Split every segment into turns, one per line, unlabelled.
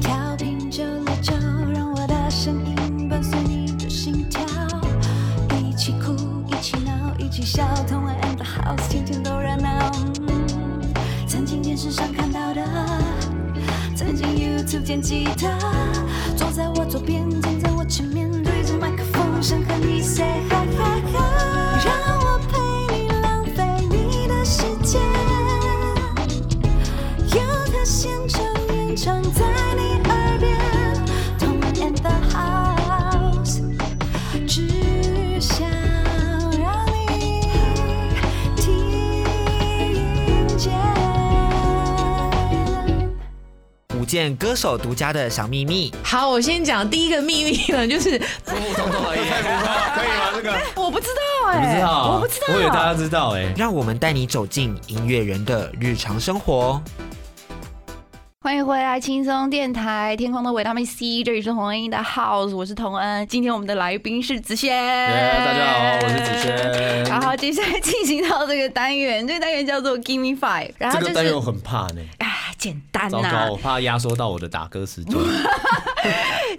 调频九六九，让我的声音伴随你的心跳，一起哭，一起闹，一起笑，同玩 and the house，天天都热闹。嗯曾经电视上看到的，曾经 YouTube 见吉他，坐在我左边，站在我前面，对着麦克风，想和你 say hi hi hi，让我陪你浪费你的时间。有他现场演唱在你耳边，同门 and the house，只想让你听见。
五件歌手独家的小秘 密。
好，我先讲第一个秘密了，就是
普通而已，可以吗？这个
我不知道哎、
你不知道啊？
我不知道，
我以为大家知道哎、
让我们带你走进音乐人的日常生活。
欢迎回来，轻松电台，天空的维他命 C，这里是红恩的 House，我是童恩。今天我们的来宾是子轩
耶哎大家好，我是子。轩。
然后接下来进行到这个单元，这个单元叫做 Give Me Five，然后
这
就
个单元
是
我很怕呢，
啊，简单
糟
呐、
糕，我怕压缩到我的打歌时间。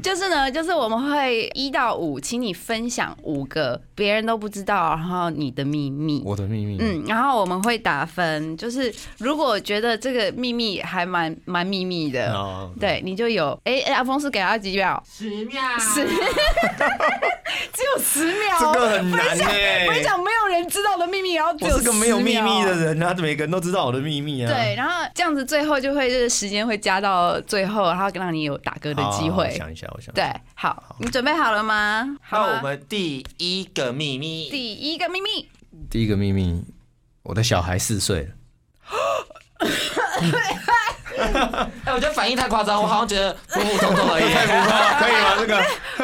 就是呢，就是我们会一到五，请你分享五个别人都不知道，然后你的秘密。
我的秘密，
嗯，然后我们会打分，就是如果觉得这个秘密还蛮蛮秘密的，
哦
对，你就有哎、哎阿峰是给他几秒？十秒，十， 只有十秒哦、
这个很难
分享
欸
分享没有人知道的秘密，然后只
我
有
是个没有
10
秘
秒
密的。人啊，每个人都知道我的秘密啊。
对，然后这样子最后就会就是时间会加到最后，然后让你有打歌的
好，
机
好好我
会。
想一下，我想一下。
对，好，你准备好了吗？好啊
那我们第一个秘密，
第一个秘密，
第一个秘密，我的小孩 四岁了。
哎、我觉得反应太夸 张，我好像觉得普普通通而已。
可以吗？这个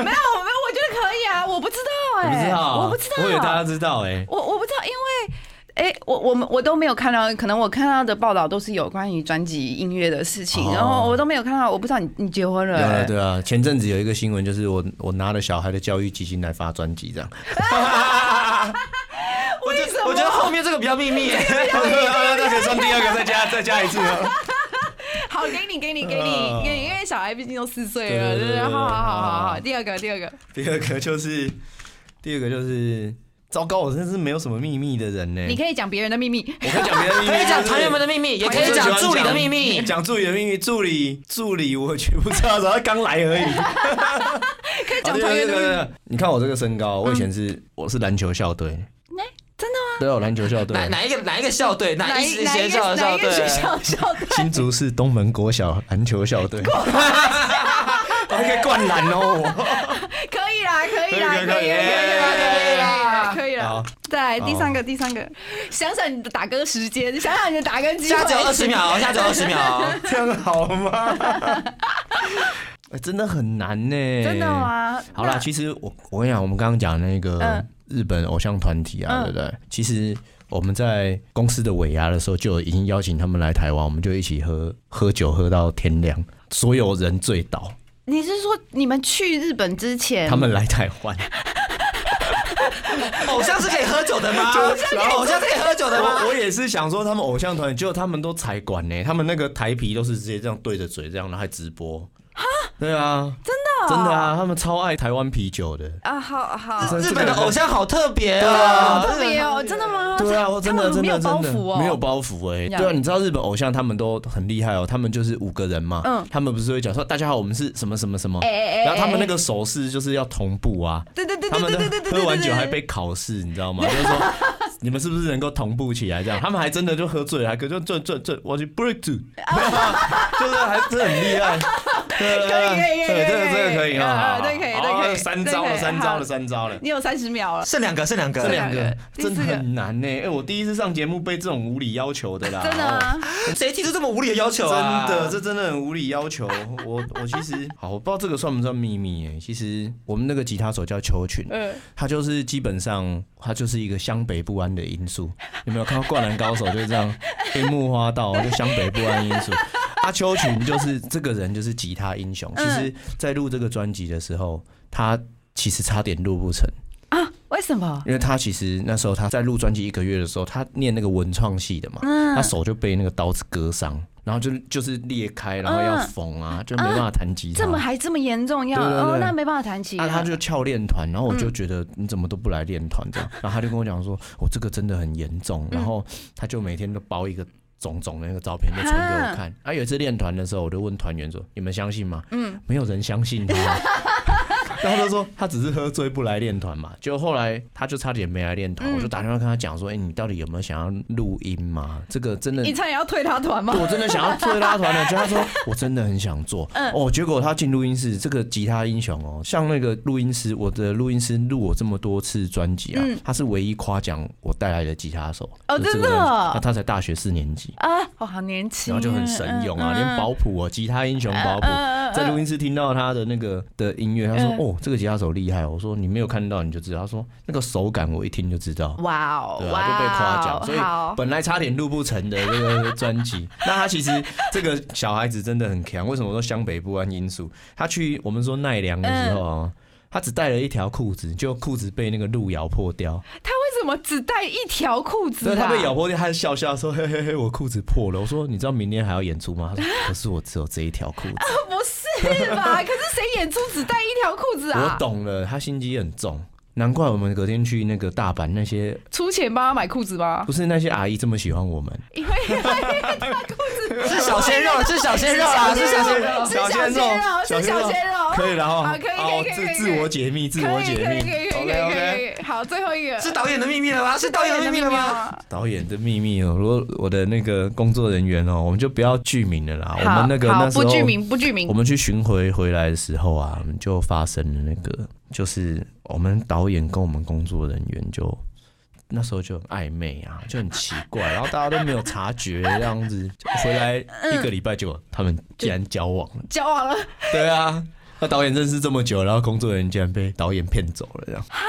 没有，没有，我觉得可以啊，我不知道
你
哎、
不知道啊，
我不知道，
我以为大家知道哎。
我我不知道，因为。哎、我我们我都没有看到，可能我看到的报道都是有关于专辑音乐的事情，
哦
然后我都没有看到，我不知道你你结婚了、
对啊，
哎
对啊，前阵子有一个新闻，就是我我拿了小孩的教育基金来发专辑，这样。
我觉得我觉得后面这个比较秘 密。
哎
那可以算第二个，再加再加一次了。
好，给你给你给你给你，因为小孩毕竟都四岁了，对
嗯对对
对
对嗯哎
好好好好好，
对
第二个第二个，
第二个就是，第二个就是，糟糕，我真是没有什么秘密的人呢。
你可以讲别人的秘密，
我可以讲别人秘密，
可以讲
就是
团员们的秘 密，也可以讲助理的秘密。
讲助理的秘密，助理助理我全不知道，然后刚来而已。
可以
啊
讲
对
团
对
员的
对
秘密，
对，你看我这个身高，我以前是我是篮球校队，
真的吗？
对，我篮球校队
哪，哪一个哪一个校队？哪一
一
支学
一
校的
个哪
校
一个学
队？
校的校队？
新竹市东门国小篮球校队， 还可以灌篮哦。
可以啦，可以啦，
可以
可以啦，可以啦，可以啦，可以
好
啦。再来第三个，第三个，想想你的打歌时间，想想你的打歌机会。
下九二十秒，下九二十秒。
我，这样好吗？ 哎真的很难呢、
真的？吗？
好啦，其实我我跟你讲，我们刚刚讲那个
嗯
日本偶像团体啊，
嗯
对不对？其实我们在公司的尾牙的时候，就已经邀请他们来台湾，我们就一起喝喝酒，喝到天亮，所有人醉倒，
你是说你们去日本之前，
他们来台 湾。
偶像是可以喝酒的吗？然后偶像是可以喝酒的吗？
我我也是想说，他们偶像团，结果他们都才管呢、他们那个台皮都是直接这样对着嘴这样，然后还直播。对啊，真的、真的啊，他们超爱台湾啤酒的。
啊，好好，
这
日本的偶像好特别
好
啊！
特别哦，真的吗？
对啊，
他
我真
他
的
们
真
没有
的
包
真的
袱哦，
没有包袱哎、
呀
对啊，你知道日本偶像他们都很厉害哦，他们就是五个人嘛，
嗯
他们不是会讲说大家好，我们是什么什么什么，
哎哎哎
然后他们那
哎
个手势就是要同步啊，
对对对
他
对
们
对对对
的
对，
喝完酒还被考试，你知 道吗？就是说你们是不是能够同步起来这样？他们还真的就喝醉了，还就就就就我去 break to，就是还真的很厉害。对
可以可以可以
对这个
可以
这个可以
啊
啊，
对可以
好
对
好
可以
三
对
招
可
了，
以
三
好
招了，三招了。
你有三十秒啊了，
剩两个，剩两个，
这两个
第四
真
个
的很难呢，哎，我第一次上节目被这种无理要求的 啦，
真的
哦
啊，
谁提出这么无理的要求
真
啊？
的，这真的很无理要求。 我我其实 好，我不知道这个算不算秘密哎。其实我们那个吉他手叫邱群，
嗯，
他就是基本上他就是一个湘北不安的因素。有没有看到《灌篮高手》就是这样， 樱木花道就湘北不安因素。阿秋群就是这个人，就是吉他英雄。其
嗯
实，在录这个专辑的时候，他其实差点录不成，
啊为什么？
因为他其实那时候他在录专辑一个月的时候，他念那个文创系的嘛，
嗯
他手就被那个刀子割伤，然后就就是裂开，然后要缝啊，就没办法弹吉他。
嗯这么还这么严重要
对对对
哦，那没办法弹琴
那、
了。
啊他就翘练团，然后我就觉得你怎么都不来练团这样，然后他就跟我讲说，我、这个真的很严重，然后他就每天都包一个肿肿的那个照片就传给我看。啊，有一次练团的时候，我就问团员说，你们相信吗？嗯，没有人相信他。啊然后他说他只是喝醉不来练团嘛，就后来他就差点没来练团，我就打电话跟他讲说，哎、你到底有没有想要录音嘛？这个真的
你差点要退他团吗？
我真的想要推拉团了，就他 说我真的很想做，
嗯
哦，结果他进录音室，这个吉他英雄哦，像那个录音师，我的录音师录我这么多次专辑啊，他是唯一夸奖我带来的吉他手
嗯哦
就这
真的
个专辑
哦
那他才大学四年级，
啊，我好年轻
然
啊，
后就很神勇啊，
嗯
连保普哦，吉他英雄保普，在录音室听到他的那个的音乐，他
嗯
说哦，这个吉他手厉害哦，我说你没有看到你就知道，他说那个手感我一听就知道，
哇哦，
对
哇
啊，就被夸奖，
哦
所以
好
本来差点录不成的这个专辑， 那他其实这个小孩子真的很强。为什么说湘北不安因素？他去我们说奈良的时候
嗯
啊，他只带了一条裤子，就裤子被那个鹿咬破掉。
他为什么只带一条裤子
对，
啊？
他被咬破掉，他就笑笑说：“嘿嘿嘿，我裤子破了。”我说：“你知道明天还要演出吗？” 他说：“可是我只有这一条裤子。”
不是 吧？可是谁演出只带一条裤子
我
啊？
懂了，他心机很重。难怪我们隔天去那个大阪，那些
出钱帮他买裤子吗？
不是那些阿姨这么喜欢我们，
因为 因为他裤 子
是小鲜 肉，是
哎
小鲜肉啦，是小鲜肉。啊
是小鲜肉，是小鲜肉，
可以了哈，
好可以可以
哦
可以
自
可以
自我解密，自
可
我
以
解
可以可以
密。
可以可以
OK
可
OK。
以可以。好，最后一个
是导演的秘密了吗？是导演的秘密了吗？？
导演的秘密哦，如果我的那个工作人员哦，我们就不要剧名了啦。我
好
们那个
好
那时候
不具名不具名
我们去巡回回来的时候啊，我们就发生了那个，就是我们导演跟我们工作人员就那时候就很暧昧啊，就很奇怪，然后大家都没有察觉这样子，就回来一个礼拜就他们竟然交往了。
交往了，
对啊，那导演认识这么久，然后工作人员竟然被导演骗走了，这样啊，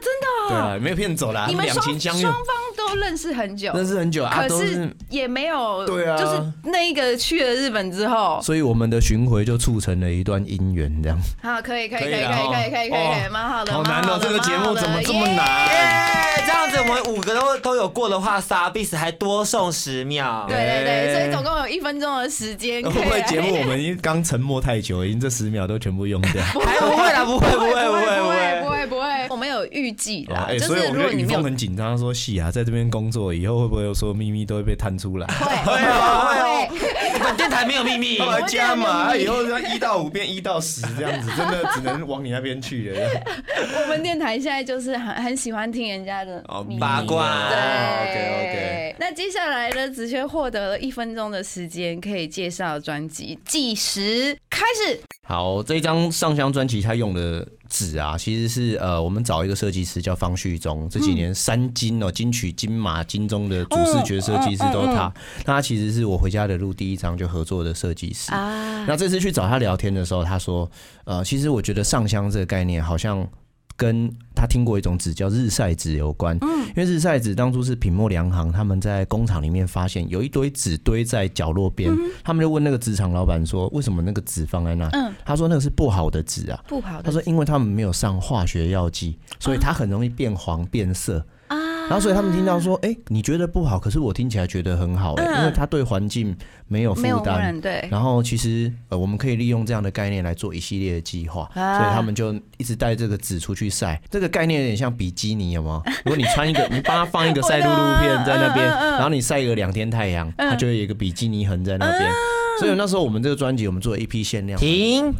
真的、对啊，没有骗走啦，
你们
两
双
情相悦
双，方都认识很久，
认识很久啊，
可
都
是
是。
也没有，
对啊
就是那个去了日本之后，
所以我们的巡回就促成了一段姻缘，这样。
好，可以可以可
可以
以
了哦
可以可以可以可以，
哦
蛮好的，
好难
蛮
哦，
的
这个节目怎么这么？
蛮好的耶
难？
哎，这样子我们五个都都有过的话，傻逼死还多送十秒。
对对对，所以总共有一分钟的时间可
会
以
不会
来
节 目我们已经刚沉默太久，已经这十秒都全部用 掉？
还不会啦，不会不会
不
不会
会不
不
会不
会。
会不会，我们有预计
哦
啦，
哎，
啊就
所以
是
我
如
觉
果
得
你
宇
没有
峰很紧张，他说：“戏啊，在这边工作以后会不会有说秘密都会被探出来？”
会
会啊会啊
会，
本电台没有秘密
他。来加码，以后要一到五变一到十这样子，真的只能往你那边去了。
我们电台现在就是很很喜欢听人家的
哦啊
秘密
八卦
对、
哦
OK，OK
那接下来呢，子轩获得了一分钟的时间，可以介绍专辑。计时开 始，
好，这一张上香专辑它用的纸啊，其实是呃，我们找一个设计师叫方旭中，这几年三金哦，金曲、金马、金钟的主视觉设计师都是他。那他其实是我回家的路第一张就合作的设计师啊。那这次去找他聊天的时候，他说，呃，其实我觉得上香这个概念好像。跟他听过一种纸叫日晒纸有关，因为日晒纸当初是品墨良行他们在工厂里面发现有一堆纸堆在角落边，他们就问那个纸厂老板说，为什么那个纸放在那？他说那个是不好的纸啊，
不好的
他说因为他们没有上化学药剂，所以它很容易变黄变色。
啊
然后，所以他们听到说，哎、你觉得不好，可是我听起来觉得很好、诶因为它对环境没有
嗯
负
没有污
担，
染，对，
然后其实呃，我们可以利用这样的概念来做一系列的计划，
啊
所以他们就一直带这个纸出去晒。这个概念有点像比基尼，有 吗？如果你穿一个，你帮它放一个晒露露片在那边，
嗯
然后你晒个两天太阳，它就会有一个比基尼痕在那
啊
边。所以那时候我们这个专辑，我们做了一批限 量。
停。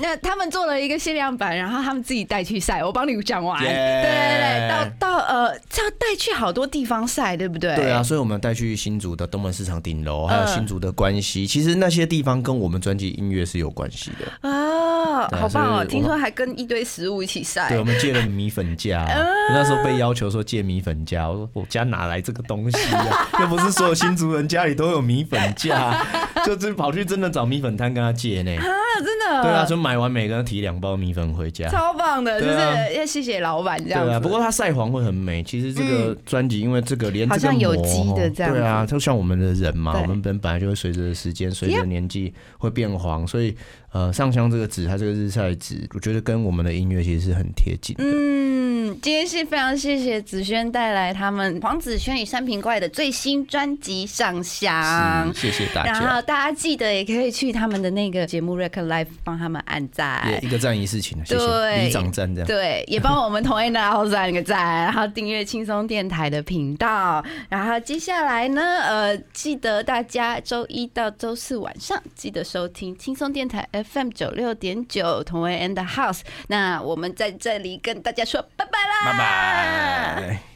那他们做了一个限量版，然后他们自己带去晒，我帮你讲完。
耶
对对对，到到呃，这要带去好多地方晒，对不对？
对啊，，所以我们带去新竹的东门市场顶楼，还有新竹的关系，其实那些地方跟我们专辑音乐是有关系的。
啊，
对啊
好棒哦！
所以我们
听说还跟一堆食物一起晒
对，，我们借了米粉架、那时候被要求说借米粉架，我说我家哪来这个东西啊？又不是所有新族人家里都有米粉架、就是跑去真的找米粉摊跟他借呢。
真的。
对啊，就买完每个人提两包米粉回家。
超棒的，就
对啊
是要谢谢老板这样子。嗯
对啊，不过它晒黄会很美。其实这个专辑，因为这个连
好
这个
像有
膜
机的这样
对啊，就像我们的人嘛，
对
我们本本来就会随着时间、随着年纪会变黄，所以呃，上香这个纸，它这个日晒纸，我觉得跟我们的音乐其实是很贴近的。
嗯，今天是非常谢谢子轩带来他们黄子轩与山瓶怪的最新专辑上
嗯
香，。
谢谢大
然
家
后，大家记得也可以去他们的那个节目《Record Life》帮他们按
也
赞，
一个赞一事情，谢谢
哎对
里长赞这样。
对，也帮我们同 A 的后赞个赞，然后订阅轻松电台的频道。然后接下来呢，呃，记得大家周一到周四晚上记得收听轻松电台 FM 九六点九同 A and the House。那我们在这里跟大家说拜拜啦，
拜拜。